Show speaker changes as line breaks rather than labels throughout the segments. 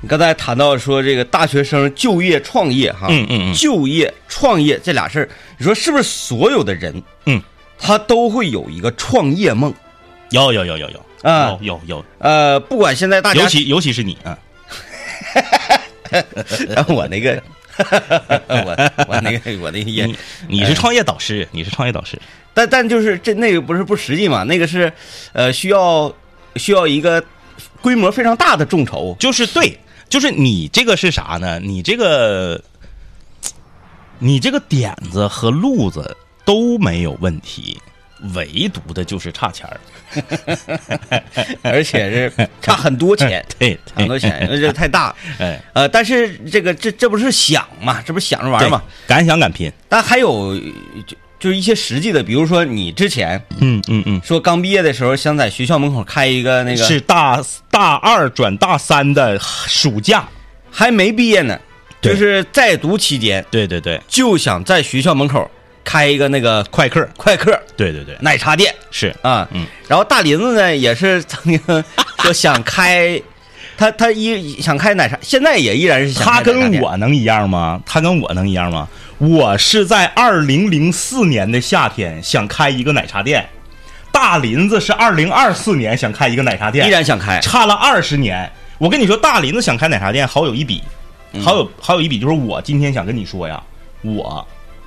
你刚才谈到说这个大学生就业创业哈，
嗯嗯嗯
就业创业这俩事儿，你说是不是所有的人，
嗯，
他都会有一个创业梦？
有有有有有
啊
有有有，
呃，不管现在大家
尤其尤其是你，啊，
我那个， 我我那 个我那个也，哎
你你是创业导师，你是创业导师，
但但就是这那个不是不实际嘛，那个是，呃，需要需要一个规模非常大的众 筹，
就是对，就是你这个是啥呢？你这个，你这个点子和路子都没有问题，唯独的就是差钱儿。
而且是差很多 钱，
对
差很多钱，呃这太大。
哎，
呃，但是这个这这不是想嘛，这不是想着玩
对
儿嘛。，
敢想敢拼。
但还有就就是一些实际的，比如说你之前
嗯嗯嗯，
说刚毕业的时候，想在学校门口开一个那个，
是大大二转大三的暑假。
还没毕业呢，
对
就是在读期间
对对对，
就想在学校门口开一个那个
快客。
快客
对对对，
奶茶店
是
啊。
嗯
然后大林子呢也是曾经说想开，他他一想开奶茶，现在也依然是想
他
开奶茶
跟
店
我能一样吗？他跟我能一样吗？我是在二零零四年的夏天想开一个奶茶店，大林子是二零二四年想开一个奶茶店，
依然想开，
差了二十年。我跟你说，大林子想开奶茶店，好有一比，
嗯
好有好有一比，就是我今天想跟你说呀，我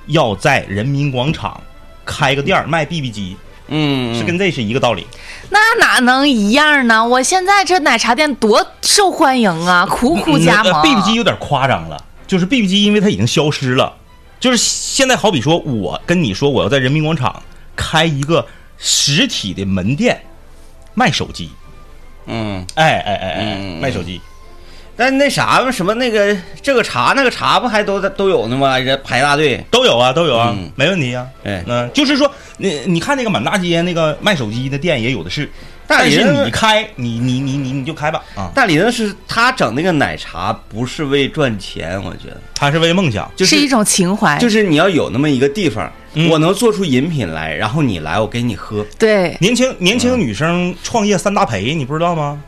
要在人民广场开个店儿卖 BB 机，
嗯，
是跟这是一个道理。
那哪能一样呢？我现在这奶茶店多受欢迎啊，苦苦加
嗯呃
盟。
BB 机有点夸张了，就是 BB 机，因为它已经消失了。就是现在，好比说，我跟你说，我要在人民广场开一个实体的门店，卖手机。
嗯。
哎哎哎哎，
嗯
卖手机。
但那啥什么那个这个茶那个茶不还都在都有呢吗？人排大队，
都有啊，都有啊，
嗯
没问题啊。
哎
嗯，就是说，你你看那个满大街那个卖手机的店也有的是，
大
但
林
是你开，你你你你你就开吧啊，
大林是他整那个奶茶不是为赚钱，我觉得
他是为梦想，
就是
一种情怀，
就是你要有那么一个地方，
嗯
我能做出饮品来，然后你来我给你喝，
对
年轻年
嗯
轻女生创业三大陪，你不知道吗？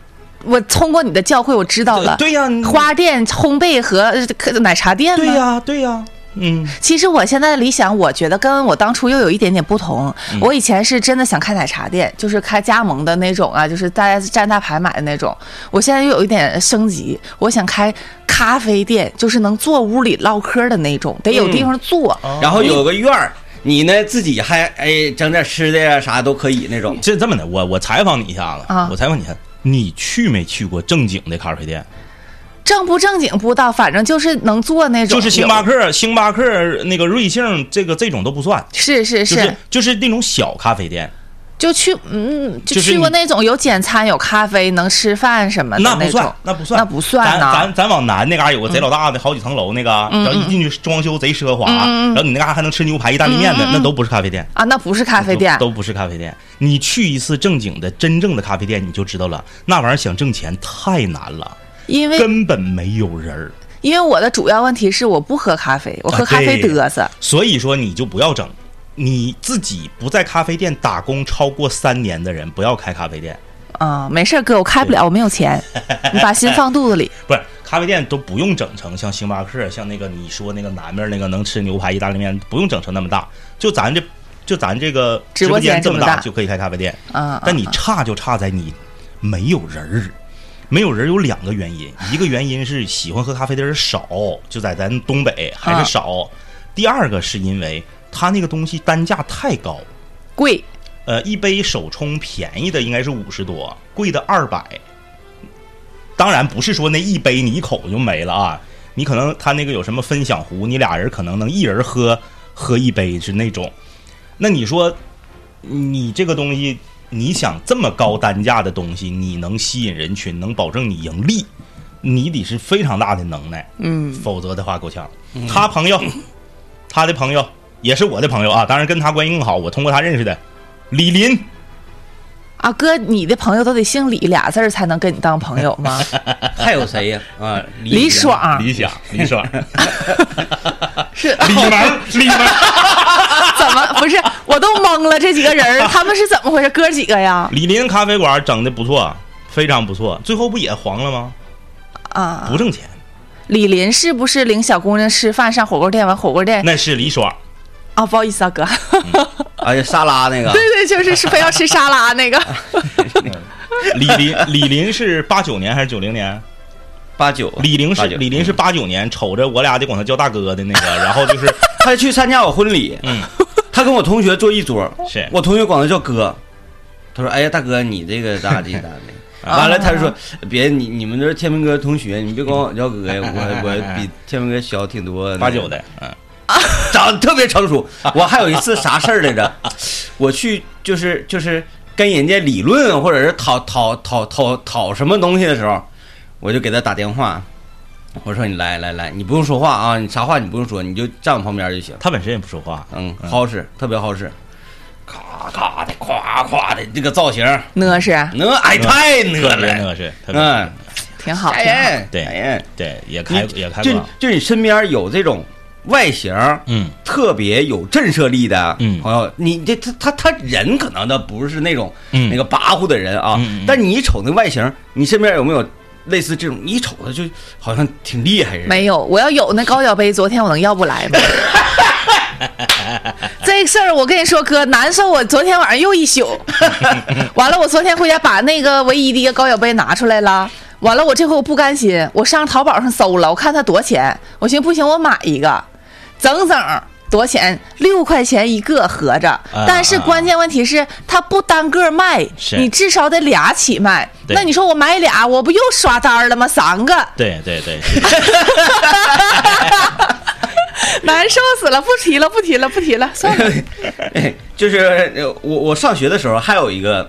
我通过你的教诲，我知道了。
对呀，
嗯
你
花店、烘焙和呃可奶茶店吗
对呀对呀，嗯，
其实我现在的理想，我觉得跟我当初又有一点点不同。
嗯
我以前是真的想开奶茶店，就是开加盟的那种啊，就是大家站大牌买的那种。我现在又有一点升级，我想开咖啡店，就是能坐屋里唠嗑的那种，得有地方坐。
然后有个院儿，你呢自己还哎整点吃的呀啥都可以那种。
这这么的，我我采访你一下子，
啊
我采访你一下，你去没去过正经的咖啡店？
正不正经不知道，反正就是能坐那种。
就是星巴克、星巴克那个瑞幸，这个这种都不算，
是是，
就是是就是那种小咖啡店。
就去嗯，就
就是
去过
你
那种有简餐、有咖啡、能吃饭什么的
那
种
不算，那不算，
啊那不算嗯
咱
呢。
咱咱往南那嘎、有个贼老大的好几层楼那嘎、然
嗯
后一进去装修贼奢华，然后你那嘎、还能吃牛排、意大利面的，那都不是咖啡店。
啊，那不是嗯咖啡店，
都都不是咖啡店。你去一次正经的、真正的咖啡店，你就知道了，那玩意儿想挣钱太难了，
因为
根本没有人儿。
因为我的主要问题是我不喝咖啡，
啊
我喝咖啡嘚瑟。
所以说，你就不要整。你自己不在咖啡店打工超过三年的人，不要开咖啡店。
啊、没事儿哥，我开不了，我没有 钱，你把心放肚子里。
不是咖啡店都不用整成像星巴克，像那个你说那个南面那个能吃牛排、意大利面，不用整成那么大，就咱这就咱这个
直播间
间这
这么
大
大
就可以开咖啡店。
啊、
但你差就差在你没有人儿，没有人儿有两个原因，一个原因是喜欢喝咖啡的人少，就在咱东北还
啊
是少；第二个是因为它那个东西单价太高，
贵，
呃，一杯手冲便宜的应该是五十多，贵的二百。当然不是说那一杯你一口就没了啊，你可能他那个有什么分享壶，你俩人可能能一人喝喝一杯是那种。那你说，你这个东西，你想这么高单价的东西，你能吸引人群，能保证你盈利，你得是非常大的能耐，
嗯，
否则的话够呛。他朋友，他的朋友也是我的朋友啊，当然跟他关系更好，我通过他认识的李林。
啊哥，你的朋友都得姓李俩字儿才能跟你当朋友吗？
还有谁呀？啊，
李爽
李想，李爽，
是
李萌，李萌，
怎么不是？我都懵了，这几个人儿他们是怎么回事？哥几个呀？
啊李林咖啡馆整的不错，非常不错，最后不也黄了吗？
啊，
不挣钱，
李林是不是领小姑娘吃饭上火锅店？完火锅店
那是李爽。
啊，不好意思啊，哥，
哎呀，沙拉那个，
对对，就是是非要吃沙拉啊那个，
李 林，李林是八九年还是九零年？
八九，
李林是
89
李林是，八九年，瞅着我俩得管他叫大哥的那 个，然后就是
嗯他去参加我婚礼，
嗯，
他跟我同学坐一桌，
是
我同学管他叫哥，他说：“哎呀，大哥，你这个咋地咋地。” 完了，他就说：“别，你你们都是天明哥同学，你别管我叫哥呀，我 我比天明哥小挺多，
八九的，嗯，
长得特别成 熟。我还有一次啥事儿来着？我去就是就是跟人家理论或者是讨讨讨讨讨什么东西的时候，我就给他打电话，我说你来来来，你不用说话啊，你啥话你不用说，你就站我旁边就行。
他本身也不说话，
嗯，好使，特别好使，咔咔的，夸夸的，这个造型，
那是啊
那哎太
嗯特
讷
别
了，
那是，特别
嗯，
挺好，
哎
挺好
呀，
对
哎呀，
对，也
你
开也开不
就
了，
就你身边有这种外形。
嗯，
特别有震慑力的
嗯
朋友，你这他他他人可能他不是那种、
嗯
那个跋扈的人啊，
嗯嗯嗯
但你一瞅那外形，你身边有没有类似这种？你一瞅他就好像挺厉害似的。
没有，我要有那高脚杯，昨天我能要不 来吗？这事儿我跟你说，哥难受，我昨天晚上又一 宿。完了，我昨天回家把那个唯一的一个高脚杯拿出来了。完了，我这回我不甘心，我上淘宝上搜了，我看它多少钱，我寻思不行，我买一个，整整。多少钱？六块钱一个，合着
啊。
但是
啊
关键问题是，它不单个卖，
是
你至少得俩起卖。
对
那你说我买俩，我不又刷单了吗？三个。
对对对，
难受死了，不提了，不提了，不提了，算了。
哎就是呃我我上学的时候还有一个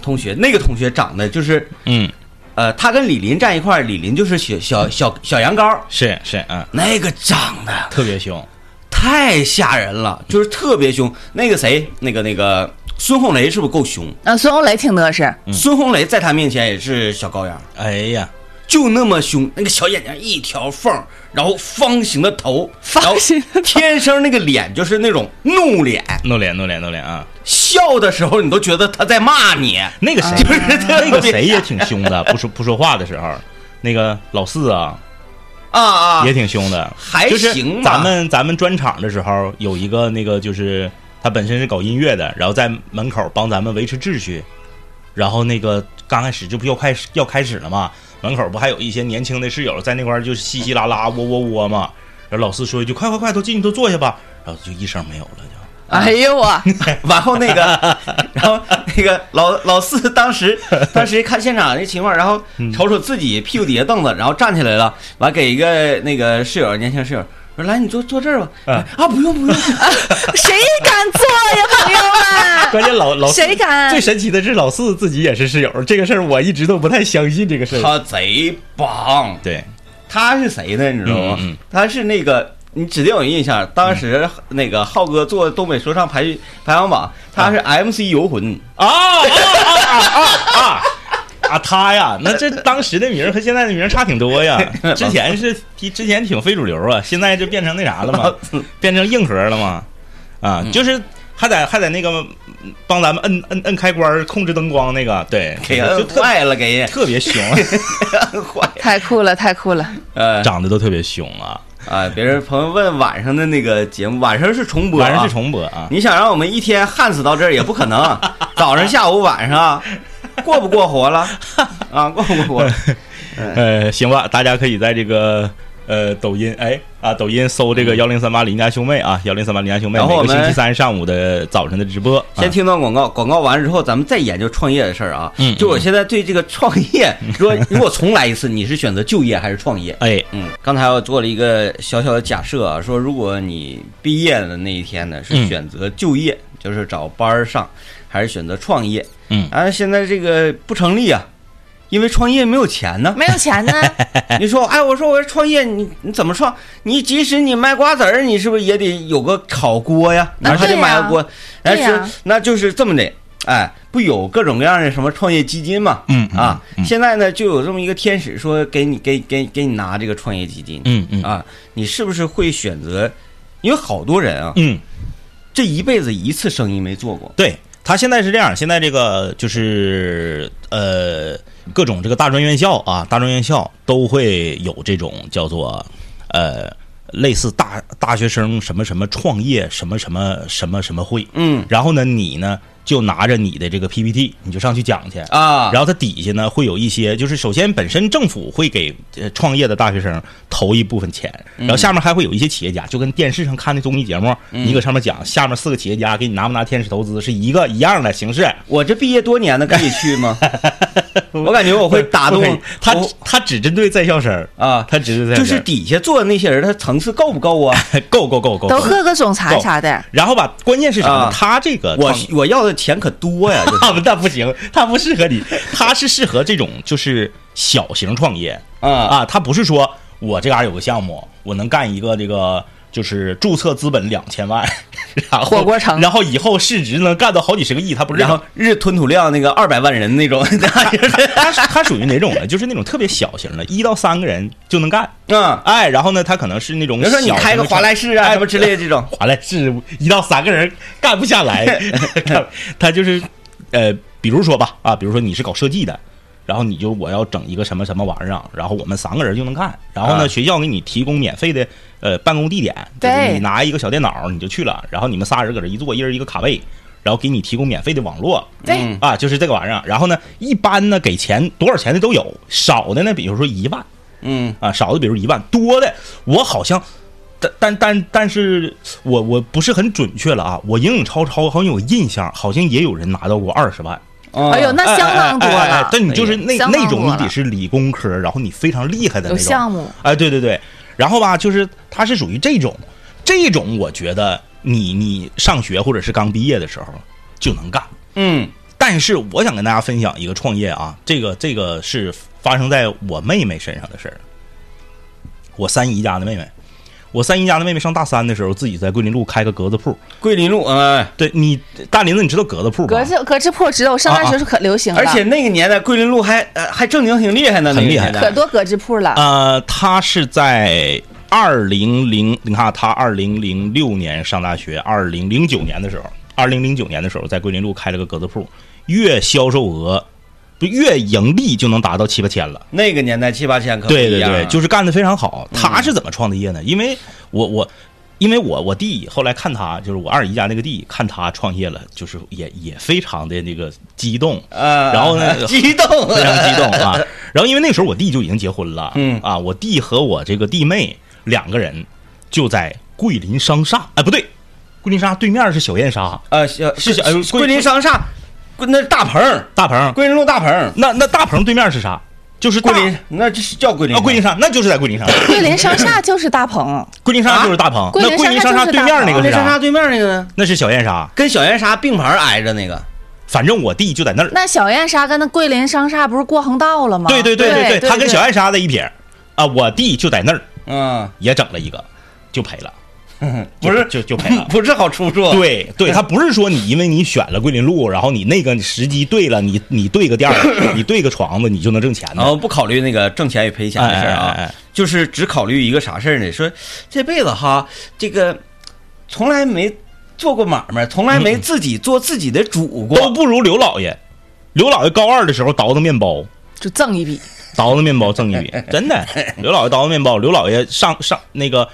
同学，那个同学长得就是
嗯，
呃，他跟李林站一块儿，李林就是小小小小羊羔，
是是啊，
那个长得
特别凶，
太吓人了，就是特别凶。那个谁，那个那个孙红雷是不是够凶？
啊，孙红雷挺得瑟，
孙红雷在他面前也是小羔羊，
哎呀，
就那么凶，那个小眼睛一条缝儿，然后方形的头，
方形的头
然后天生那个脸就是那种怒脸，
弄脸弄脸弄脸啊，
笑的时候你都觉得他在骂你，
那个谁
就是特
那个谁也挺凶的，不说不说话的时候，那个老四啊，
啊啊
也挺凶的，
还
就是
行吧
咱们咱们专场的时候有一个那个就是他本身是搞音乐的，然后在门口帮咱们维持秩序，然后那个刚开始这不要开始要开始了嘛，门口不还有一些年轻的室友在那块儿就是稀稀拉拉窝窝窝喔嘛，然后老四说一句快快快都进去都坐下吧，然后就一声没有了就，
哎呦我，
然后那个， 然后那个老老四当时 当时看现场那情况，然后
嗯
瞅瞅自己屁股底下凳子，然后站起来了，完给一个那个室友年轻室友说：“来，你坐坐这儿吧。”啊，不用不 用，
谁敢做呀，朋友
关键老老
们？
四
谁敢
最？神奇的是老四自己也是室友，这个事儿我一直都不太相信这个事儿。
他贼棒。
对，
他是谁呢？你知道吗？
嗯嗯嗯
他是那个你指定有印象，当时那个浩哥做东北说唱排排行榜，他是 MC 游魂。
啊啊啊啊啊！啊，他呀，那这当时的名儿和现在的名儿差挺多呀。之前是之前挺非主流啊，现在就变成那啥了嘛，变成硬核了嘛。啊，就是还在还在那个嗯帮咱们摁摁摁开关儿控制灯光那个，对，
给
就
摁
特
坏了，给人
特别凶，
摁 坏了。
太酷了，太酷了！
呃
长得都特别凶啊。
啊，别人朋友问晚上的那个节目，晚上是重播、啊，
晚上是重播啊，
你想让我们一天焊死到这儿也不可能，早上、下午、晚上，过不过活了？啊，过不过活？
呃，行吧，大家可以在这个呃抖音哎啊抖音搜这个幺零三八邻家兄妹啊，幺零三八邻家兄妹，
嗯然后
每
我
个
们
星期三上午的早晨的直播。啊
先听段广告，广告完了之后，咱们再研究创业的事儿啊。
嗯
就我现在对这个创业，如果如果重来一次，你是选择就业还是创业？
哎，
嗯，刚才我做了一个小小的假设啊，说如果你毕业的那一天呢，是
嗯
选择就业，就是找班儿上，还是选择创业？
嗯
啊，现在这个不成立啊，因为创业没有钱呢。
没有钱呢，
你说，哎，我说我要创业，你你怎么创？你即使你卖瓜子儿，你是不是也得有个烤锅呀？
那
你还得
对呀
买个锅，哎，
对
是
呀，
那就是这么的。哎，不有各种各样的什么创业基金嘛？
嗯
啊，
嗯
现在呢就有这么一个天使说给你给给给你拿这个创业基金，
嗯嗯
啊，你是不是会选择？因为好多人啊，
嗯，
这一辈子一次生意没做过，
对，他现在是这样，现在这个就是呃，各种这个大专院校啊，大专院校都会有这种叫做呃，类似大大学生什么什么创业什么什么什么什么会，
嗯
然后呢，你呢就拿着你的这个 PPT，你就上去讲去
啊，
然后它底下呢会有一些，就是首先本身政府会给呃创业的大学生投一部分钱，然后下面还会有一些企业家，就跟电视上看的综艺节目，
嗯
你搁上面讲，下面四个企业家给你拿不拿天使投资是一个一样的形式。
我这毕业多年的可以去 吗？我感觉我会打
不可以
动
啊他
我，
他只针对在校生
哦啊
他只针对在
就
校
是
生
底下坐的那些人，他层次够不够啊？
够够够够
都
够
喝个总裁啥的，
然后吧，关键是什么呢
啊？
他这个
我
创
我要的钱可多 呀，就是
啊，不，那不行，他不适合你，他是适合这种就是小型创业
啊
啊，他不是说我这嘎儿有个项目，我能干一个这个。就是注册资本两千万，然后
火锅城
然后以后市值能干到好几十个亿，他不是这
然
种
后日吞吐量那个二百万人那种，
他他属于哪种呢？就是那种特别小型的，一到三个人就能干。
嗯，
哎，然后呢，他可能是那种
比如说你
小
开
型
个
的
华莱士啊
哎
什么之类的这种，
华莱士一到三个人干不下来，干他就是呃，比如说吧啊，比如说你是搞设计的，然后你就我要整一个什么什么玩意儿啊，然后我们三个人就能干，然后呢，
啊
学校给你提供免费的呃办公地点，就是
对
你拿一个小电脑你就去了，然后你们仨人搁这一坐，一人一个卡位，然后给你提供免费的网络，
对，
啊，就是这个玩意儿。然后呢，一般呢给钱多少钱的都有，少的呢，比如说一万，
嗯
啊，少的比如一万，多的我好像，但但但但是我我不是很准确了啊，我影影绰绰好像有印象，好像也有人拿到过二十万，
嗯
哎呦，那相当多
哎哎哎哎
了，
但你就是那
相当
那种
多
你得
了
是理工科，然后你非常厉害的那
有
种
项目，
哎，对对对，然后吧，就是他是属于这种，这种我觉得你你上学或者是刚毕业的时候就能干。
嗯
但是我想跟大家分享一个创业啊，这个这个是发生在我妹妹身上的事儿。我三姨家的妹妹，我三姨家的妹妹上大三的时候，自己在桂林路开个格子铺。
桂林路，哎，
对你，大林子，你知道格子铺吧？
格子格子铺知道，我上大学是可流行了，
而且那个年代桂林路还呃还正经挺厉害呢，
很厉害
那个
可
年代
多格子铺了，
呃，她是在二零零，你看啊她二零零六年上大学，二零零九年的时候，二零零九年的时候在桂林路开了个格子铺，月销售额不月盈利就能达到七八千了。
那个年代七八千可不
对
一
对
样啊嗯
对，就是干得非常好。他是怎么创的业呢？因为我我。因为我我弟后来看他，就是我二姨家那个弟，看他创业了，就是也也非常的那个激 动，
呃，
然后呢
激动，
非常激动 啊。然后因为那时候我弟就已经结婚了，
嗯
啊，我弟和我这个弟妹两个人就在桂林商厦，哎不对，桂林商厦对面是小燕莎
呃，小
是小哎呦桂
桂林商厦，桂那是大棚儿，
大棚，
桂林路大棚儿，
那那大棚对面是啥？就是大
桂林那这是哦叫桂林
啊
吗
桂林商，那就是在桂林商厦，
桂林上下就是大棚，
桂林商厦就是大棚，
桂
那
林
桂林
商
商
厦
厦
就
对
是大
面
棚
那个
啊桂
是
林商
啥
厦？啊对面那个呢，
那是小燕莎，
跟小燕莎并排挨着那个，
反正我弟就在那儿。
那小燕莎跟那桂林商厦不是过横道了吗？
对对
对
对他跟小燕莎在一撇儿啊，我弟就在那儿
嗯，
也整了一个，就赔了，
不是。
就就就赔了
不是好出处，
对对，他不是说你因为你选了桂林路，然后你那个时机对了，你你对个店 儿，你对个床子，你就能挣钱
然
的。
后不考虑那个挣钱与赔哦钱的事儿
哎哎哎哎
啊，就是只考虑一个啥事儿呢？说这辈子哈，这个从来没做过买卖，从来没自己做自己的主
都
过。
不如刘老爷，刘老爷高二的时候倒腾面包，
就赠一笔，
倒腾面包挣一 笔，真的。刘老爷倒腾面包，刘老爷上上那个，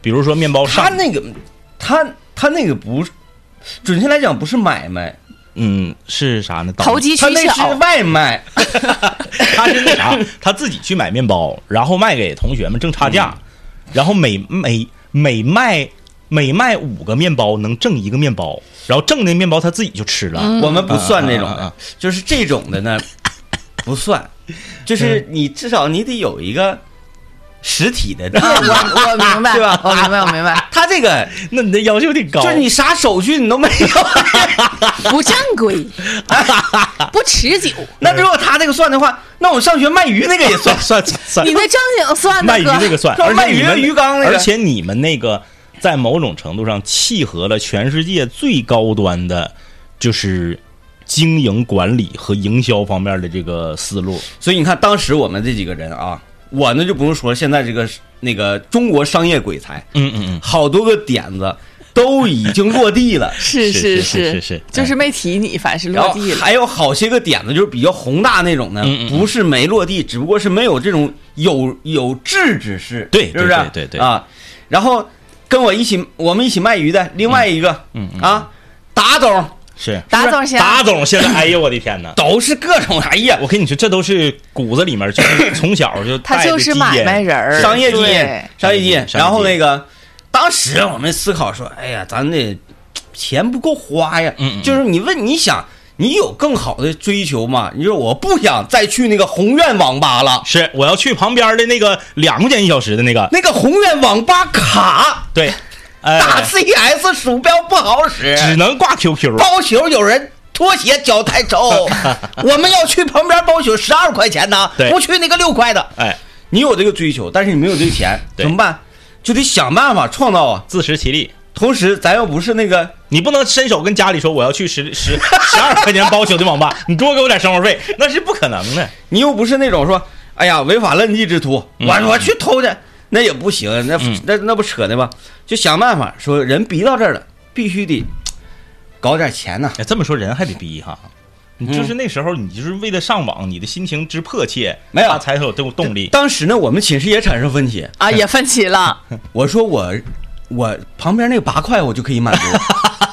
比如说面包
他
上，
那个，他他那个不，准确来讲不是买卖，
嗯，是啥呢？倒腾
投机
他
取
那是
巧，
外卖。
他是那啥，他自己去买面包，然后卖给同学们挣差价，
嗯
然后每每每卖每卖五个面包能挣一个面包，然后挣的面包他自己就吃了。
嗯
我们不算那种
啊啊啊
的
啊，
就是这种的呢，不算。就是你至少你得有一个实体的店，
我我明白，
对吧
我明白，我明白，
他这个
那你的要求挺高，
就是你啥手续你都没有。
不正规，不持久，
那如果他这个算的话，那我上学卖鱼那个也算
算。算算
你那正经 算
卖
的
鱼
哥，
那个算，
说
而且
卖
你
鱼
们
鱼缸那个
而且你们那个在某种程度上契合了全世界最高端的，就是经营管理和营销方面的这个思路。
所以你看，当时我们这几个人啊，我呢就不用说，现在这个那个中国商业鬼才，
嗯嗯嗯，
好多个点子，都已经落地了。
是
是是是
是哎哦
是是
就是没提你，反是
然
落
后
地了。
还有好些个点子，就是比较宏大那种呢，
嗯嗯嗯
不是没落地，只不过是没有这种有有志之士，
对
是不是？
对对对对
啊。然后跟我一起，我们一起卖鱼的另外一个，
嗯嗯
啊，达总
是
打总行，
达总现在，哎呦我的天哪！
都是各种，哎呀，
我跟你说，这都是骨子里面，就是 从小就
他
带着
就是
基
买
因
卖人儿，
商业基因
对，
商业基
嗯商业基因
因。然后那个，当时我们思考说，哎呀，咱得钱不够花呀。
嗯嗯嗯
就是你问你想，你有更好的追求吗？你说我不想再去那个宏愿网吧了，
是我要去旁边的那个两块钱一小时的那个，
那个宏愿网吧卡
对，
大
哎，
CS 鼠标不好使，
只能挂 QQ。
包宿有人。拖鞋脚太 臭，我们要去旁边包宿十二块钱呢，
对
不去那个六块的。
哎，
你有这个追求，但是你没有这个钱，
对
怎么办？就得想办法创造啊。
自食其力。
同时，咱又不是那个，
你不能伸手跟家里说我要去十十十二块钱包宿的网吧，你多给我点生活费，那是不可能的。
你又不是那种说，哎呀，违法乱纪之徒，
嗯
我我去偷去，那也不行，那
嗯
那那不扯的吗？就想办法说，人逼到这儿了，必须得搞点钱呐。
哎，这么说人还得逼哈，嗯就是那时候你就是为了上网，你的心情之迫切，
没有
他才有这种动力。
当时呢，我们寝室也产生分歧，
啊，也分歧 了。
我说我我旁边那个八块我就可以满足，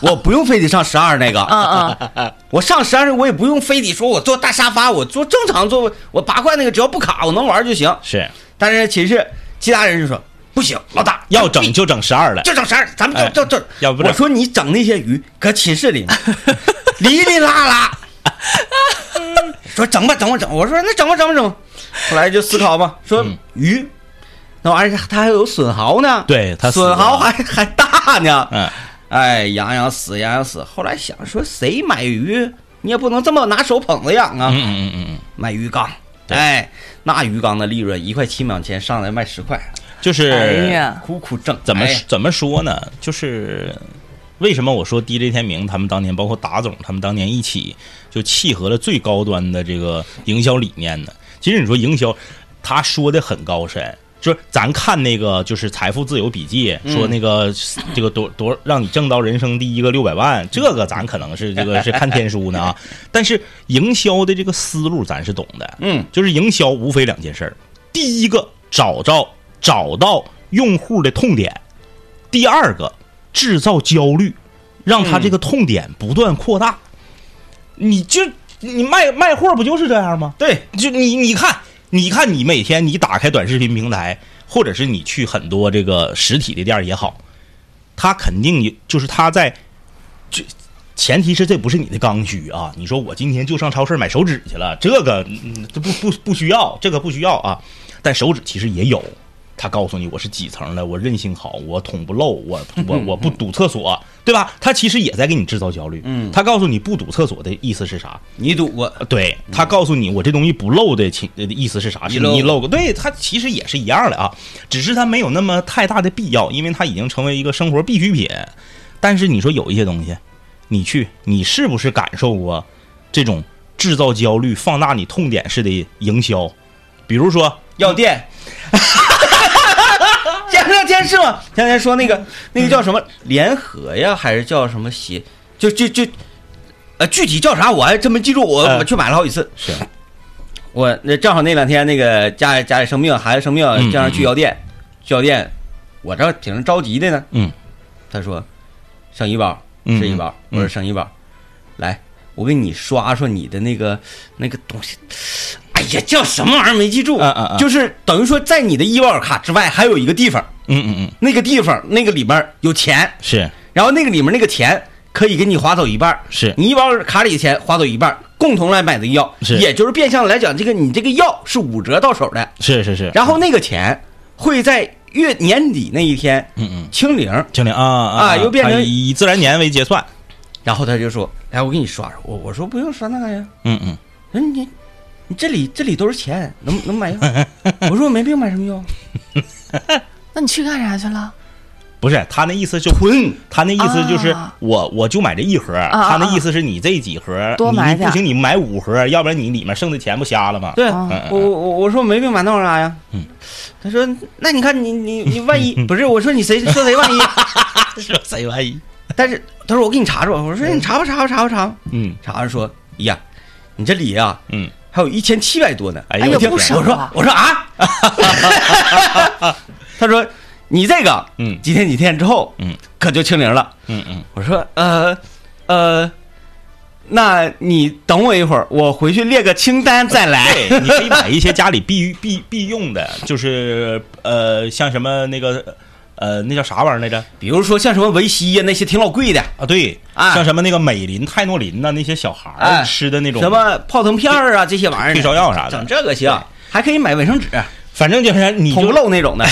我不用非得上十二那个，
嗯嗯，
我上十二我也不用非得说我坐大沙发，我坐正常座位，我八块那个只要不卡，我能玩就行。
是
但是寝室其他人就说不行，老大
要整就整十二了，
就整十二，咱们
哎
就就就。
要不
我
整
说你整那些鱼搁寝室里面， 哩哩啦啦，说整吧整吧整吧，我说那整吧整吧整吧。后来就思考吧，说
嗯
鱼那玩意儿它还有损耗呢，
对它死
损耗
了
还还大呢。
嗯，
哎，养养死养养死。后来想说谁买鱼，你也不能这么拿手捧着养啊
嗯，嗯嗯嗯嗯，
买鱼缸。
对
哎，那鱼缸的利润一块七毛钱上来卖十块，
就是
哎呀，
苦苦挣。
啊怎么
哎呀
怎么说呢？就是为什么我说 DJ 天明他们当年，包括达总他们当年一起就契合了最高端的这个营销理念呢？其实你说营销，他说的很高深。就是咱看那个，就是《财富自由笔记》说那个这个多多让你挣到人生第一个六百万，这个咱可能是这个是看天书呢啊。但是营销的这个思路咱是懂的，
嗯，
就是营销无非两件事儿，第一个找到找到用户的痛点，第二个制造焦虑，让他这个痛点不断扩大。你就你卖卖货不就是这样吗？
对，
就你你看，你看你每天你打开短视频平台，或者是你去很多这个实体的店儿也好，他肯定有就是他在这。前提是这不是你的刚需啊！你说我今天就上超市买手纸去了，这个嗯这不不不需要，这个不需要啊。但手纸其实也有，他告诉你我是几层的，我韧性好，我捅不漏，我我我不堵厕所，对吧？他其实也在给你制造焦虑。
嗯
他告诉你不堵厕所的意思是啥？
你赌过。
对他告诉你，我这东西不漏的情呃意思是啥？
一
是
漏
你漏个，对它其实也是一样的啊，只是它没有那么太大的必要，因为它已经成为一个生活必需品。但是你说有一些东西，你去，你是不是感受过这种制造焦虑、放大你痛点式的营销？比如说，
药店。 前两天是吗？前两天说那个那个叫什么联合呀，还是叫什么协？就就就，呃，具体叫啥我还真没记住。我
呃
我去买了好几次。
是
嗯我那正好那两天那个家里家里生病，孩子生病，
嗯
这样去药店，去药店，我这挺着急的呢。
嗯，
他说剩一包，
嗯
是一包，
嗯
我说剩一包，来，我给你刷刷你的那个那个东西。哎呀，叫什么玩意儿没记住，
嗯嗯嗯
就是等于说在你的医保卡之外还有一个地方，
嗯嗯嗯，
那个地方那个里面有钱，
是
然后那个里面那个钱可以给你划走一半儿，
是
你医保卡里的钱划走一半儿，共同来买的药，
是
也就是变相来讲，这个你这个药是五折到手的，
是是是，
然后那个钱会在月年底那一天
嗯嗯，
清零，
精灵啊
啊又变成
它以自然年为结算，
然后他就说：“来，我给你刷刷。”我我说不用刷那个呀，
嗯嗯
人家你你这里这里都是钱，能能买药？我说我没病，买什么药？
那你去干啥去了？
不是他那意思就
囤
他那意思就是
啊
我我就买这一盒，
啊
他那意思是你这几盒，
多买
你
点
不
儿
行你买五盒，要不然你里面剩的钱不瞎了吗？
对，
嗯
我我我我说没病吧，闹啥呀？
嗯，
他说那你看你你你万一不是我说你谁说谁万一？
说谁万一？
但是他说我给你查查吧，我说哎你查吧查吧查吧查吧，
嗯
查着说哎呀，你这里啊
嗯，
还有一千七百多呢。
哎呦
哎呦
我听
不少
我说
啊
我说啊， 他说你这个
嗯
几天几天之后
嗯
可就清零了。
嗯嗯，
我说呃呃，那你等我一会儿，我回去列个清单再来。
对，你可以买一些家里必必必用的，就是呃，像什么那个呃，那叫啥玩意儿来着？
比如说像什么维 C 呀那些挺老贵的，
啊，对，
哎
像什么那个美林、泰诺林呐，那些小孩儿
哎
吃的那种
什么泡腾片儿啊这些玩意儿，
退烧药啥
整
的，
这个行
对，
还可以买卫生纸、
反正就是你
红
就
漏那种 的。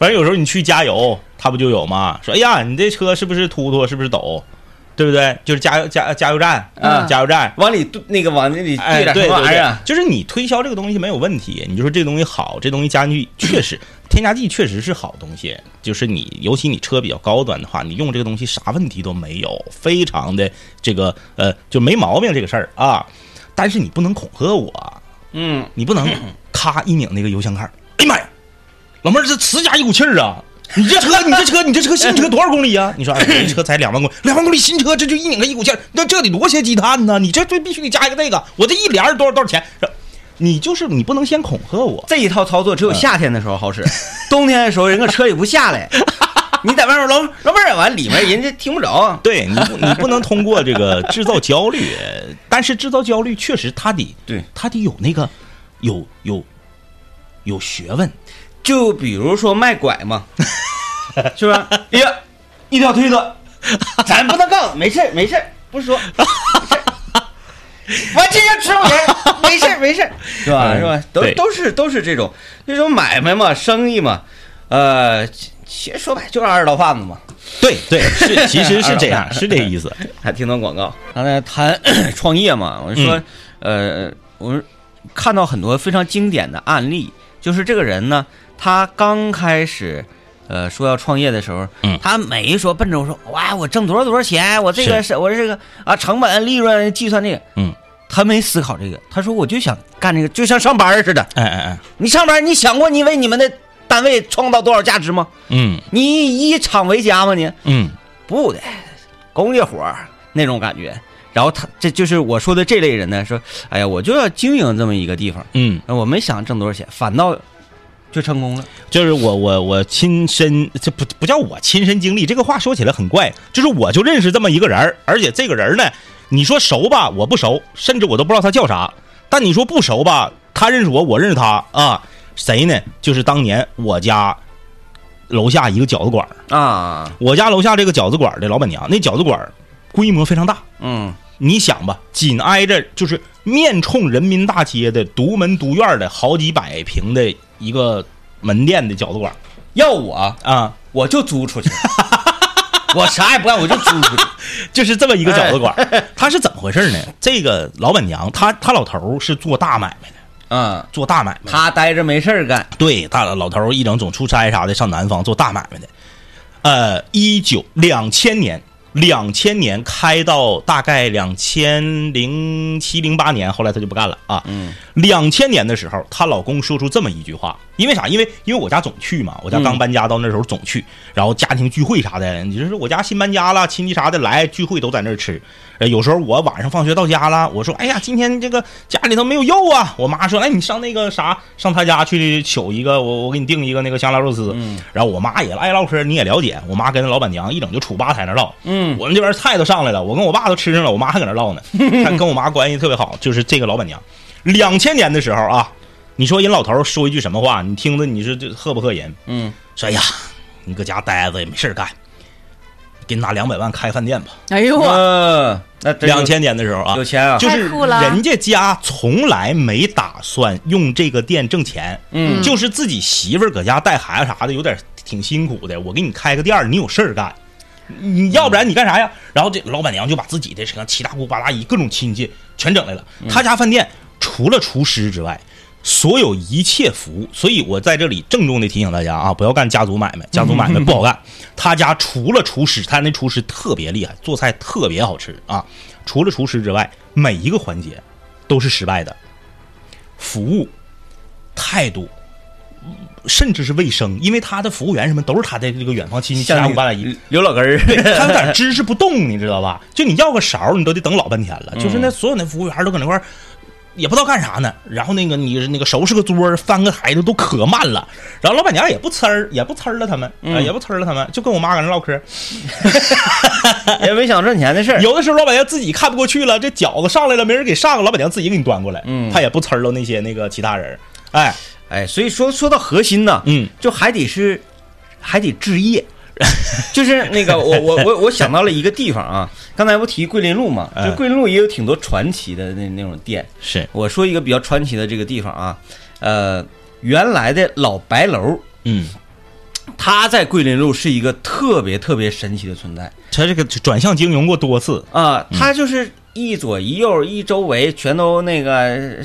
反正有时候你去加油，他不就有吗？说哎呀，你这车是不是突突？是不是抖？对不对？就是加油加加油站，
嗯
加油站。
往里兑那个往那里
哎，
兑点什
对对
么玩意
对
儿，，啊
就是你推销这个东西没有问题。你就说这东西好，这东西加进去确实添加剂确实是好东西。就是你，尤其你车比较高端的话，你用这个东西啥问题都没有，非常的这个呃就没毛病这个事儿啊。但是你不能恐吓我，
嗯，
你不 能咔一拧那个油箱盖儿，哎呀妈呀，老妹儿这呲家一股气儿啊！你这 车，你这车，你这车新车多少公里啊？你说，哎，我这车才两万 公里，两万公里新车，这就一拧开一股气儿，那这得多些积碳呢？你这这必须得加一个这个，我这一帘儿多少多少钱？你就是你不能先恐吓我，
这一套操作只有夏天的时候好使， 冬天的时候人搁车里不下来，你在外面老老妹儿完里面人家听不着。
对你 不你不能通过这个制造焦 虑，但是制造焦虑确实他得
对
他得有那个有有有学问，
就比如说卖拐 嘛，是吧？哎呀，一条腿 子，咱不能杠，没事儿没事儿，不说。没事儿我今天吃过人，没事 儿没事儿，是吧？
嗯
是吧？都
对
都是都是这种这种买卖嘛，生意嘛，呃，其其实说白了就是二道贩子嘛。
对对 是其实是这样是这意思，
还听到广告。刚才谈 创业嘛，我就说，呃，我说看到很多非常经典的案例，就是这个人呢，他刚开始。呃，说要创业的时候，
嗯
他没说奔着我说，哇，我挣多少多少钱，我这个
是
是我这个啊，成本利润计算这个，
嗯，
他没思考这个，他说我就想干这个，就像上班似的。
哎哎哎，
你上班，你想过你为你们的单位创造多少价值吗？
嗯
你以厂为家吗？你
嗯。
不的，工业活儿那种感觉。然后他这就是我说的这类人呢，说，哎呀，我就要经营这么一个地方，
嗯，
我没想挣多少钱，反倒就成功了。
就是我我我亲身，这不不叫我亲身经历，这个话说起来很怪，就是我就认识这么一个人儿，而且这个人儿呢，你说熟吧，我不熟，甚至我都不知道他叫啥，但你说不熟吧，他认识我，我认识他啊，谁呢？就是当年我家楼下一个饺子馆儿，
啊，
我家楼下这个饺子馆儿的老板娘，那饺子馆儿规模非常大，
嗯，
你想吧，紧挨着就是面冲人民大街的独门独院儿的好几百平的一个门店的饺子馆儿
要我
啊，
我就租出去， 我啥也不干，我就租出去。
就是这么一个饺子馆儿。他是怎么回事呢？这个老板娘，她她老头儿是做大买卖的，
嗯，
做大买卖的。
他待着没事儿干，
对，大老头儿一整总出差啥的，上南方做大买卖的。呃，一九两千年，两千年开到大概两千零七零八年，后来他就不干了啊。
嗯，
两千年的时候，她老公说出这么一句话，因为啥？因为因为我家总去嘛，我家刚搬家到那时候总去，然后家庭聚会啥的，你就是我家新搬家了，亲戚啥的来聚会都在那儿吃。呃，有时候我晚上放学到家了，我说哎呀，今天这个家里头没有肉啊，我妈说哎，你上那个啥，上她家去取一个，我我给你订一个那个香辣肉丝。
嗯
然后我妈也爱唠嗑，你也了解，我妈跟那老板娘一整就杵吧台那唠。
嗯
我们这边菜都上来了，我跟我爸都吃上了，我妈还搁 那唠呢。她跟我妈关系特别好，就是这个老板娘。两千年的时候啊，你说人老头说一句什么话，你听着你是这吓不吓人？
嗯，
说哎呀，你搁家待着也没事儿干，给你拿两百万开饭店吧。
哎呦我，
呃，那真有
两千年的时候啊
有，钱啊，
就是
太酷了
人家家从来没打算用这个店挣钱，
嗯
就是自己媳妇儿搁家带孩子啥的，有点挺辛苦的。我给你开个店儿，你有事儿干，你要不然你干啥呀？然后这老板娘就把自己的什么七大姑八大姨各种亲戚全整来了。他家饭店除了厨师之外，所有一切服务。所以我在这里郑重的提醒大家啊，不要干家族买卖，家族买卖不好干。 他家除了厨师，他那厨师特别厉害，做菜特别好吃啊。除了厨师之外，每一个环节都是失败的，服务、态度。甚至是卫生，因为他的服务员什么都是他的这个远房亲戚，像我五八大姨，
刘老根儿，
对，他 有点支持不动，你知道吧？就你要个勺儿，你都得等老半天了。
嗯
就是那所有那服务员都搁那块儿，也不知道干啥呢。然后那个你那个收拾个桌儿，翻个台子都可慢了。然后老板娘也不呲儿，也不呲儿了他们，
嗯
啊，也不呲儿了他们，就跟我妈搁那唠嗑儿。
也没想赚钱的事儿。
有的时候老板娘自己看不过去了，这饺子上来了没人给上，老板娘自己给你端过来，
嗯
她也不呲儿了那些那个其他人儿。哎，
哎，所以说说到核心呢，
嗯，
就还得是还得置业， 就是那个我我我我想到了一个地方啊，刚才不提桂林路嘛，
嗯
就桂林路也有挺多传奇的那那种店。
是，
我说一个比较传奇的这个地方啊，呃，原来的老白楼，
嗯，
它在桂林路是一个特别特别神奇的存在
他这个转向经营过多次，
啊、
嗯
它就是。一左一右，一周围全都那个是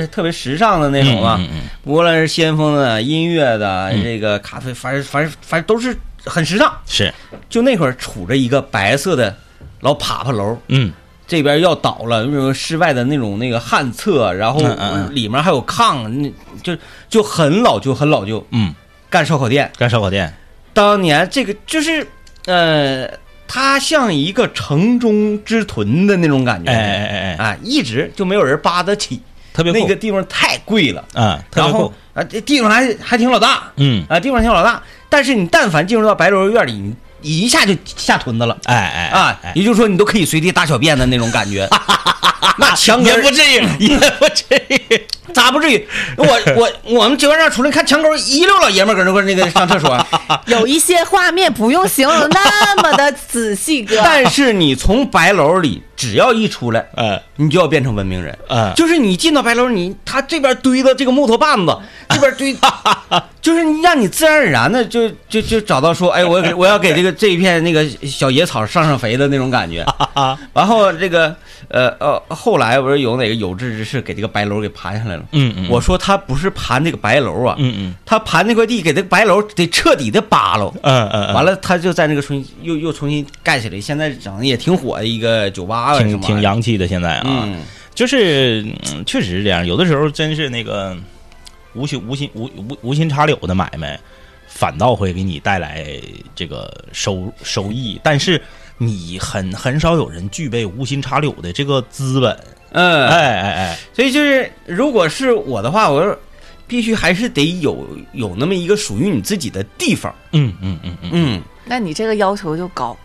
是特别时尚的那种啊，
嗯嗯嗯
无论是先锋的、音乐的、
嗯
这个咖啡，反正反正反正都是很时尚。
是，
就那会儿杵着一个白色的老爬爬楼，
嗯
这边要倒了，那种室外的那种那个旱厕，然后
嗯嗯嗯
里面还有炕，那就就很老旧很老旧。
嗯，
干烧烤店，
干烧烤店，
当年这个就是呃，它像一个城中之豚的那种感觉，
哎哎哎哎哎，
啊，一直就没有人扒得起，
特别
那
酷
个地方太贵了，
啊，特
然
别
后
酷，
啊这地方还还挺老大，
嗯，
啊，地方挺老大，但是你但凡进入到白楼院里，你一下就下屯子了
哎哎
啊，
哎
也就是说你都可以随地大小便的那种感 觉。那墙根
也
儿
不至于， 也不至于，
咋不至于？我我我们结完账出来看墙根儿一溜老爷们儿搁那块儿那个上厕 所，
有一些画面不用形容那么的仔 细，哥。
但是你从白楼里只要一出来，
呃
你就要变成文明人。
呃，
就是你进到白楼，你他这边堆的这个木头棒 子，这边堆，就是让你自然而然的就就就找到说，哎，我给我要给这个这一片那个小野草上上肥的那种感 觉。然后这个呃呃，后来不是有哪个有志之士给这个白楼给盘下来了？
嗯嗯，
我说他不是盘这个白楼啊，
嗯嗯
他盘那块地给这个白楼得彻底的扒喽。
嗯嗯，
完
了，
了，他就在那个重新又又重新盖起来，现在整的也挺火的一个酒吧啊什么
挺挺
洋
洋气的，现在啊，
嗯，
就是嗯确实是这样，有的时候真是那个无心无心无无无心插柳的买卖，反倒会给你带来这个收收益，但是。你很很少有人具备无心插柳的这个资本，
嗯
哎哎哎，
所以就是，如果是我的话，我说必须还是得有有那么一个属于你自己的地方，
嗯嗯嗯嗯，
嗯，
那你这个要求就高，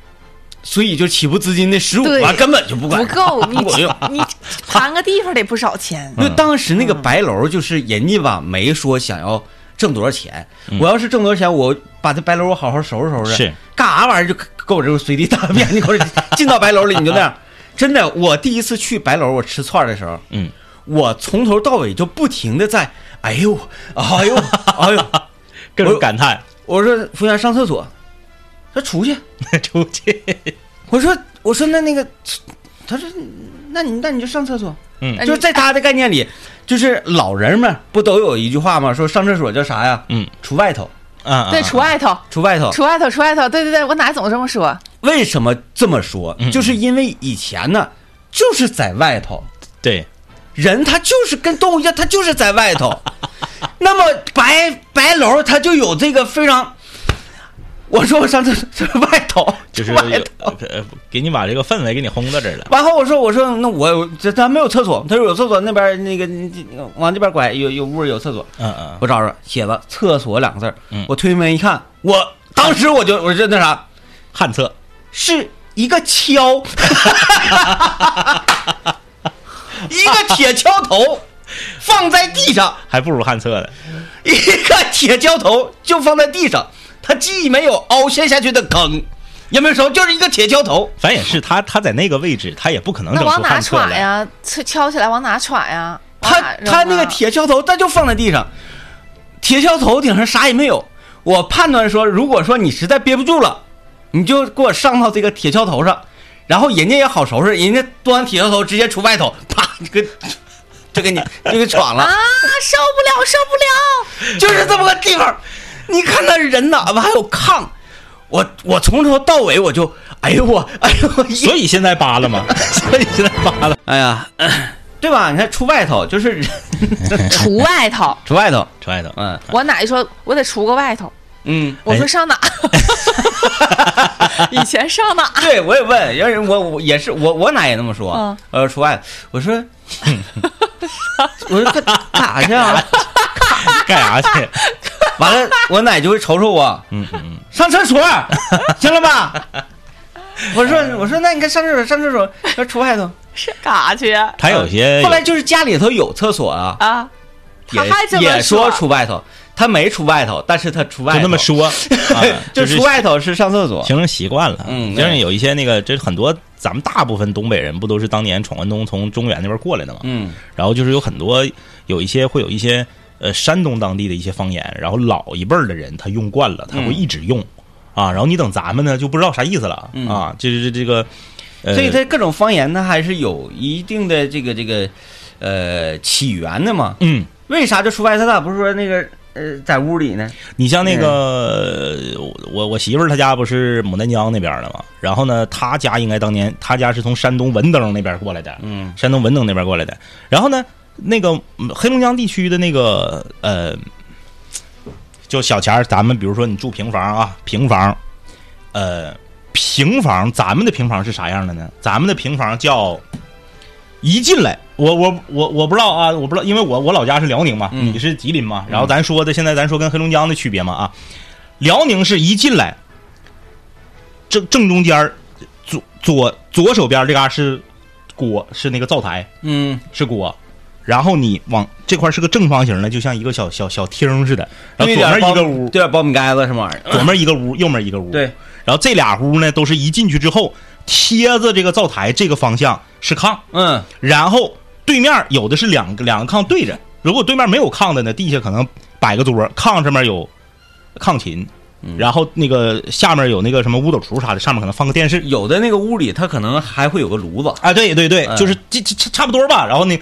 所以就起步资金的十五
对
万根本就不管
不嗯
用。
够，你
不管用
你盘个地方得不少钱。
因为当时那个白楼就是人家吧，没说想要挣多少钱，我要是挣多少钱，我把这白楼我好好收拾收拾，
是
干啥玩意儿就够我这种随地大便，你给我进到白楼里你就那样。真的，我第一次去白楼，我吃串儿的时候，
嗯，
我从头到尾就不停的在，哎呦，哎呦，哎呦，
各
我
种感叹，
我说服务员上厕所，他说出去。
出去，
我说我说那那个，他说那你那你就上厕所。
嗯
就是在他的概念里，就是老人们不都有一句话吗？说上厕所叫啥呀？
嗯，
出外头，
啊，
对，除外头，
出外头。
除外头，除外头，对对对，我哪总这么说？
为什么这么说？
嗯
就是因为以前呢，就是在外头，
对，
人他就是跟动物一样，他就是在外 头。那么白白楼他就有这个非常，我说我上厕所在外头，
就是
出外头。
呃给你把这个氛围给你轰到这儿了。
完后我说我说那我这咱没有厕所，他说有厕所那边那个往这边拐有有屋有厕所，
嗯嗯，
我找着写了厕所两个字儿
嗯
我推门一看，我当时我就我就那啥
旱厕，
是一个锹， 一个铁锹头放在地上，
还不如旱厕呢。
一个铁锹头就放在地上，它既没有凹陷下去的坑，也没有什么，就是一个铁锹头。
反正也是他，他在那个位置，他也不可能整
那
出
往哪
旱厕
耍
来。
呀？敲敲起来往哪耍呀？往
他
哪扔
他那个
啊
铁锹头，他就放在地上，铁锹头顶上啥也没有。我判断说，如果说你实在憋不住了，你就给我上到这个铁锹头上，然后人家也好收拾，人家端铁锹头直接出外头，啪，这个就给你就给闯了
啊，，受不了，受不了！
就是这么个地方。你看那人哪吧，还有炕，我我从头到尾我就，哎呦我，哎呦我，一
所以现在扒 拉嘛，所以现在扒拉
哎呀，对吧？你看出外头就是人
除外 头，
出外头，
揣的。
嗯
我奶一说，我得除个外头。
嗯，
我说上哪？ 以前上哪？
对我也问，要是我我也是我我奶也那么说，
嗯
呃，出外头，我说， 我说干干啥去 啊？
干啥去？
完了，我奶就会瞅瞅我，
嗯嗯
上厕所，行了吧？我说我说那你看上厕所上厕所，要出外头。
是干啥去啊？
他有些
嗯后来就是家里头有厕所啊，
他
也
还这么
也说出外头，他没出外头，但是他出外头
就那么，说，啊
就是出外头是上厕所。
形成习惯了。
嗯
就是有一些那个，这很多咱们大部分东北人不都是当年闯关东从中原那边过来的嘛？
嗯，
然后就是有很多有一些会有一些呃山东当地的一些方言，然后老一辈儿的人他用惯了，他
嗯
会一直用、啊。然后你等咱们呢就不知道啥意思了、
嗯
啊。这是这个，呃、
所以它各种方言呢，还是有一定的这个这个呃起源的嘛。
嗯，
为啥就出外头？他咋不是说那个呃在屋里呢？
你像那个、
嗯
呃我我媳妇儿她家不是牡丹江那边儿的嘛，然后呢她家应该当年她家是从山东文登那边儿过来的，
嗯
山东文登那边过来的。然后呢，那个嗯黑龙江地区的那个呃，就小钱儿，咱们比如说你住平房啊，平房，呃，平房，咱们的平房是啥样的呢？咱们的平房叫一进来，我我我我不知道啊，我不知道，因为我我老家是辽宁嘛，
嗯
你是吉林嘛，然后咱说的现在咱说跟黑龙江的区别嘛啊，辽宁是一进来，正正中间儿左左左手边儿这嘎是锅，是那个灶台，
嗯，
是锅。然后你往这块儿是个正方形的，就像一个小小小厅似的。然
对
后左面
点
一个屋，
对点苞米盖子什么玩意儿？
左面一个屋， 右面一个屋。
对。
然后这俩屋呢，都是一进去之后贴着这个灶台这个方向是炕，
嗯，
然后对面有的是两个两个炕对着。如果对面没有炕的呢，地下可能摆个桌，炕上面有炕琴，然后那个下面有那个什么五斗橱啥的，上面可能放个电视。
有的那个屋里，它可能还会有个炉子。
啊，对对对，
嗯
就是这这这差不多吧。然后那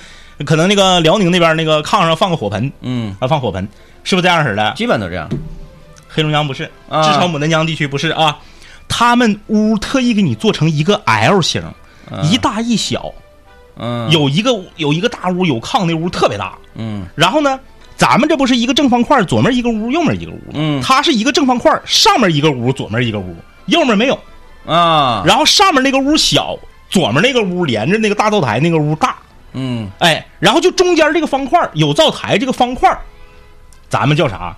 可能那个辽宁那边那个炕上放个火盆，
嗯，
啊，放火盆，是不是这样式的？
基本都这样。
黑龙江不是，
啊
至少牡丹江地区不是啊。他们屋特意给你做成一个 L 型，
嗯
一大一小，
嗯，
有一个有一个大屋，有炕那屋特别大。
嗯
然后呢，咱们这不是一个正方块，左面一个屋，右面一个屋。
嗯
它是一个正方块，上面一个屋，左面一个屋，右面没有。
啊，
然后上面那个屋小，左面那个屋连着那个大灶台那个屋大。
嗯
哎，然后就中间这个方块儿有灶台这个方块儿，咱们叫啥？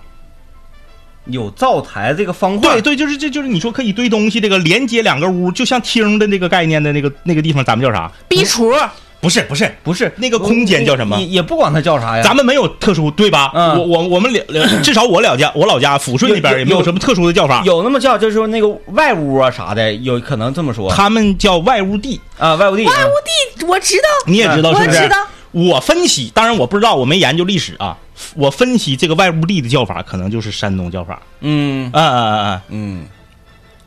有灶台这个方块。
对对，就是这就是你说可以堆东西，这个连接两个屋，就像厅的那个概念的那个那个地方，咱们叫啥？
壁橱，
不是不是，
不是
那个空间叫什么
也也不管它叫啥呀。
咱们没有特殊，对吧？
呃嗯
我我我 们了，呃至少我了家我老家抚顺那边
有
也没有
有
什么特殊的叫法，
有那么叫，就是说那个外屋啊啥的，有可能这么说
他们叫外屋地，
啊，外屋地。
外屋地，我知道，
嗯
你也知道
我
是不是？
知道
我分析，当然我不知道，我没研究历史啊。我分析这个外屋地的叫法，可能就是山东叫法。
嗯
啊啊啊！啊
嗯，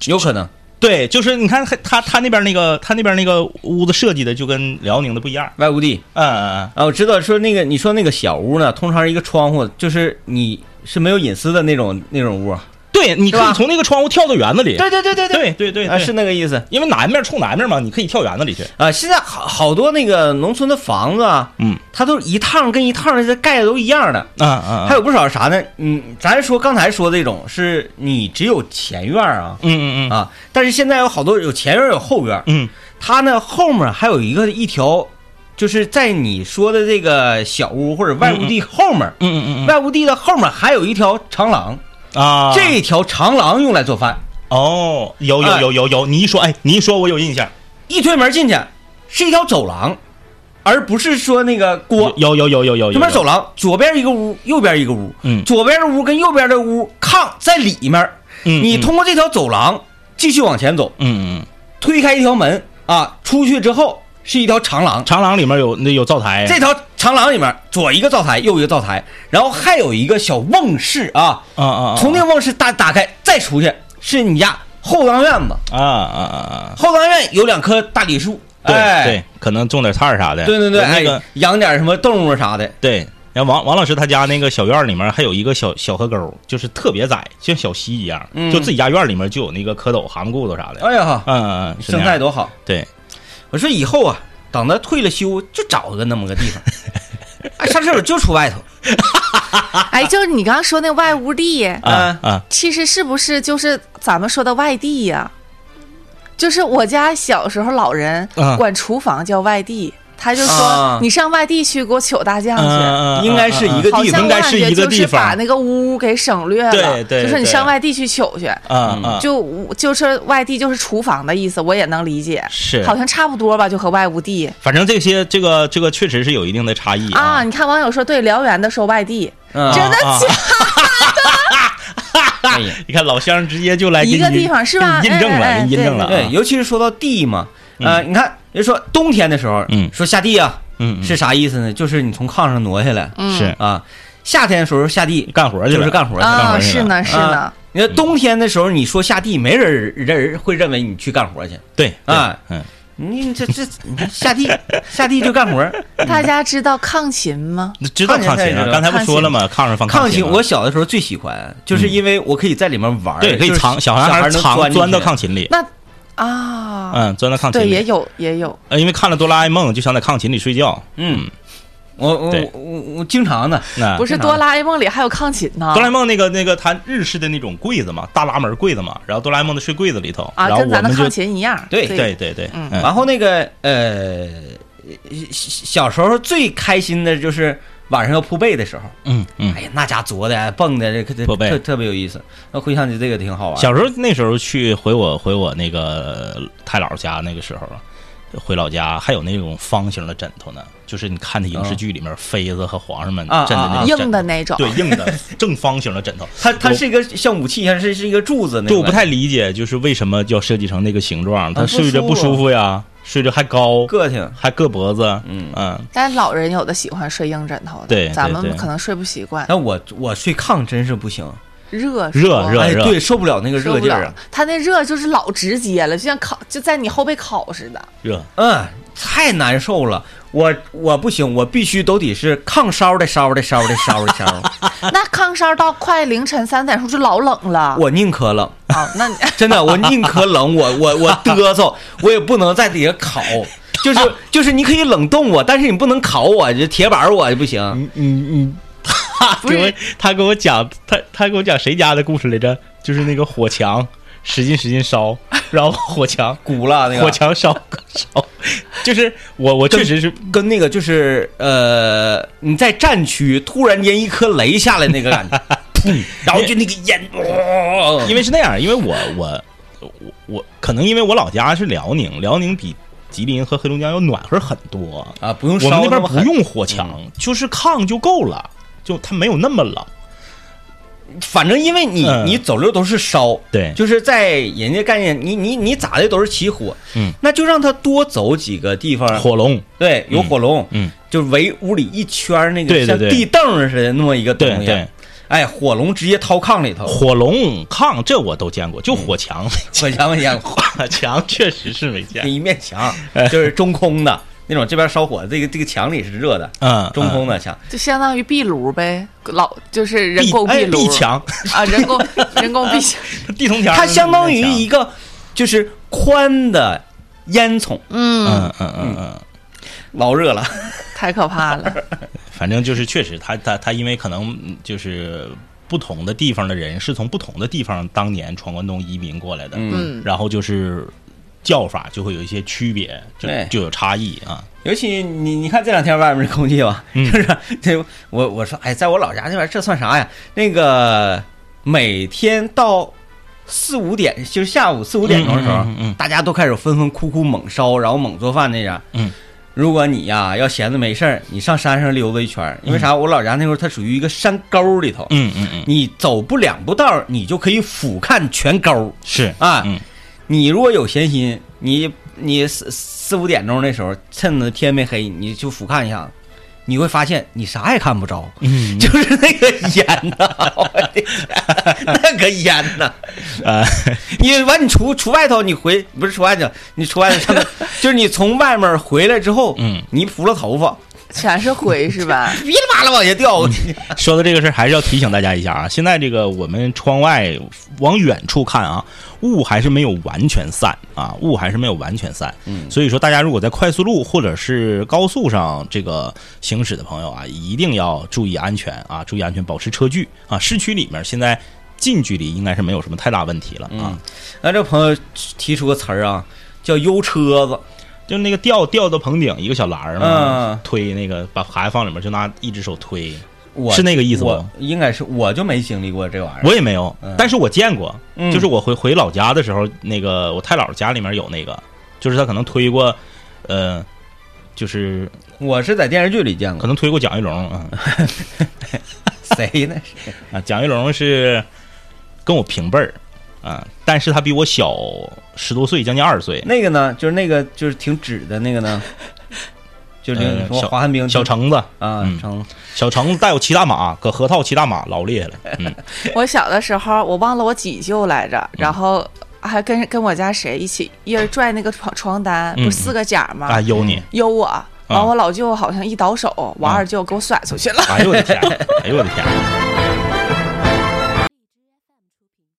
有可能。
对，就是你看他他他那边那个他那边那个屋子设计的就跟辽宁的不一样。
外屋地
嗯嗯
啊，我知道说那个你说那个小屋呢，通常是一个窗户，就是你是没有隐私的那种那种屋。啊
嗯，对，你可
是
以
吧
从那个窗户跳到园子里。
对对对
对对对
啊，
对，
是那个意思
因为南面冲南面嘛，你可以跳园子里去。
啊。现在好好多那个农村的房子啊，
嗯
它都是一趟跟一趟的盖的都一样的。
啊啊
还有不少啥呢？嗯，咱说刚才说这种是你只有前院儿啊
嗯嗯嗯
啊，但是现在有好多有前院儿有后院儿，
嗯
它呢后面还有一个一条，就是在你说的这个小屋或者外屋地后面，
嗯嗯嗯
外屋地的后面还有一条长廊，
嗯啊，
这呃条长廊用来做饭，
哦，有有有有有，你一说哎，你一说我有印象，
一推门进去是一条走廊，而不是说那个锅。
有有有有有有，
这边走廊，左边一个屋，右边一个屋，
嗯
左边的屋跟右边的屋炕在里面儿，
嗯
你通过这条走廊继续往前走，
嗯嗯嗯，
推开一条门啊，出去之后是一条长廊，
长廊里面有那有灶台，
这条长廊里面左一个灶台，右一个灶台，然后还有一个小瓮室啊，
啊啊，
从那个瓮室打打开再出去是你家后当院子，
啊啊啊
后当院有两棵大李树，
对、
哎
对，可能种点菜儿啥的。
对对对，
我那个、
哎，养点什么动物啥的，
对，然后王王老师他家那个小院儿里面还有一个小小河沟，就是特别窄，就像小溪一样，
嗯
就自己家院儿里面就有那个蝌蚪、蛤蟆蚱蚪啥的。
哎呀，
嗯嗯嗯，是那
生
样
态多好。
对，
我说以后啊，等他退了休，就找个那么个地方，哎，上厕所就出外头，
哎，就是你刚刚说那外屋地，
啊啊，
其实是不是就是咱们说的外地呀、就是我家小时候老人
嗯
管厨房叫外地，他就
啊
说你上外地去给我取大酱去。
嗯
应该是一个
好
地方
像
应
我
该
感
是
觉
一个
就
地
是把
方。
那个屋给省略了，
对对
就是你
对
上外地去取去，
嗯嗯，
就屋就是外地就是厨房的意思，我也能理解，
是
好像差不多吧，就和外屋地
反正这些这个这个确实是有一定的差异
啊。你看网友说对，辽源的说外地，
嗯，
真的
啊
假
哎呀
你看老乡直接就来
一
给
个
你
地方是吧
给你印证了，
哎哎哎
给你印证了啊。
对，尤其是说到地嘛，呃，你看人说冬天的时候，
嗯
说下地啊，
嗯，嗯
是啥意思呢？就是你从炕上挪下来
嗯
是
啊。夏天的时候下地
干活去了，
就是干活去了，
干活
啊？
去
是
了
呢是呢
啊，你看冬天的时候你说下地，没人人会认为你去干活去。
对
啊，
对嗯，
你这这你看下地下地就干活，
大家知道抗琴吗？
那知
炕
道炕
琴
琴
知
啊，
道
刚才不说了吗？炕上放
炕琴
琴嘛，
我小的时候最喜欢，就是因为我可以在里面玩儿，
对可以
就是
藏
小
小孩
孩能
藏钻
进
到
去
炕琴里，
那啊，
嗯，钻到炕琴
对，也
里，
有也有，
呃因为看了哆啦 A 梦，就想在炕琴里睡觉。
嗯，我我
对
我我我经常的，
那
不是
正常
哆啦 A 梦里还有抗琴
啊
呢
哆。啦 A 梦那个那个他日式的那种柜子嘛，大拉门柜子嘛，然后哆啦 A 梦的睡柜子里头，
啊，
然后
跟
我
咱的
们就
抗琴一样。
对
对对对，
嗯
嗯
然后那个呃，小小时候最开心的就是晚上要铺被的时候，
嗯嗯
哎。呀，那家啄的蹦的，这特
铺被
特特别有意思。那回想起这个挺好玩。
小时候那时候去回我回我那个太姥家那个时候，啊回老家还有那种方形的枕头呢，就是你看的影视剧里面妃子和皇上们
啊
枕的那
啊
种枕头
硬的那种
对硬的正方形的枕头。
它它
我
是一个像武器，像是是一个柱子那
对，
种。
我不太理解，就是为什么要设计成那个形状？他
不
睡着
舒
不
服啊
舒服呀，睡着还高，
个性。
还硌脖子。
嗯
嗯，
但老人有的喜欢睡硬枕头的，
对对
咱们
对
可能睡不习惯，
但我我睡炕真是不行，
热
热
是吧
热
哎，对，受不了那个
受
热
不
劲儿
了
啊，。
他那热就是老直接了，就像烤就在你后背烤似的。
热
嗯，太难受了。我我不行，我必须都得是炕烧的烧的烧的烧的烧，
啊
那炕烧到快凌晨三点的时候就老冷了。
我宁可冷。
啊，那你
真的，我宁可冷，我我我嘚瑟，我也不能在底下烤。就是就是，你可以冷冻我，但是你不能烤我，这铁板我不行。
嗯嗯嗯，他
不
给
是
我他给我讲他他给我讲谁家的故事来着？就是那个火墙使劲使劲烧，然后火 墙
鼓了那
火
个，
墙烧烧，就是我我确实是
跟那个就是呃，你在战区突然间一颗雷下来那个 感觉，砰，然后就那个烟，哦、
因为是那样，因为我我我我可能因为我老家是辽宁，辽宁比吉林和黑龙江要暖和很多。
啊不用
我
烧
们那边
么
不
狠，
用火墙，就是炕就够了，就它没有那么冷。
反正因为你、
嗯
你走溜都是烧，
对
就是在人家概念，你你你咋的都是起火，
嗯，
那就让他多走几个地方，
火龙，
对，有火龙，
嗯，
就围屋里一圈儿那
对
个
对
像
对
地凳似的那么一个东
对
西，
对，
哎，火龙直接掏炕里头，
火龙炕这我都见过，就火墙，
我想我想，
火墙确实是没见
这。一面 墙
哎
就是中空的那种，这边烧火，这个这个墙里是热的，
嗯，
中空
的
的墙，
就相当于壁炉呗，老就是人
壁
工
哎
炉、
壁墙，
啊，人工人工壁墙，
地通墙，
它相当于一个就是宽的烟囱，
嗯，
嗯嗯嗯嗯，
老热了，
太可怕了。
反正就是确实，他他他因为可能嗯就是不同的地方的人是从不同的地方当年闯关东移民过来的，
嗯，
嗯，
然后就是叫法就会有一些区别，就
对
就有差异啊。
尤其你你看这两天外面这空气吧，
嗯
就是 这我我说哎，在我老家那边这算啥呀？那个每天到四五点，就是下午四五点钟的时候，
嗯嗯嗯嗯嗯
大家都开始纷纷哭哭猛烧，然后猛做饭那样。
嗯，
如果你呀要闲着没事儿，你上山上溜达一圈儿，因为啥？我老家那会儿它属于一个山沟里头，
嗯嗯嗯，
你走不两步道儿，你就可以俯瞰全沟。
是
啊
嗯
你如果有闲心，你你四四五点钟那时候，趁着天没黑，你就俯瞰一下，你会发现你啥也看不着，
嗯
就是那个烟呐、我的天，那个烟呐、
呃，
你完，你出出外头，你回不是出外头，你出外头上面，就是你从外面回来之后，
嗯，
你扑了头发，
全是灰是吧？
噼里啪啦往下掉，
说到这个事儿，还是要提醒大家一下啊！现在这个我们窗外往远处看啊，雾还是没有完全散啊，雾还是没有完全散。嗯，所以说大家如果在快速路或者是高速上这个行驶的朋友啊，一定要注意安全啊，注意安全，保持车距啊。市区里面现在近距离应该是没有什么太大问题了
嗯
啊，
那这朋友提出个词儿啊，叫“悠车子
就那个吊吊到棚顶一个小篮儿嘛，
嗯
推那个把孩子放里面，就拿一只手推，”，
我
是那个意思不
我应该是，我就没经历过这玩意儿。
我也没有，但是我见过，
嗯
就是我回回老家的时候，那个我太姥家里面有那个，就是他可能推过，呃，就是
我是在电视剧里见
可
过，
能推过蒋玉龙啊、嗯
谁呢？
啊，蒋玉龙是跟我平辈儿啊，但是他比我小十多岁，将近二十岁。
那个呢，就是那个就是挺指的那个 呢，就是那个
呃
什么
小
滑旱冰
小橙子，
啊
嗯，
成
小橙子带我骑大马，搁河套骑大马，老厉害了。嗯，
我小的时候，我忘了我几舅来着，然后还跟跟我家谁一起，一人拽那个床床单，
嗯
不是四个角吗？
啊，有你，
悠我，完我老舅好像一倒手，我二舅给我甩出去了。
哎呦我的天，哎呦我的天，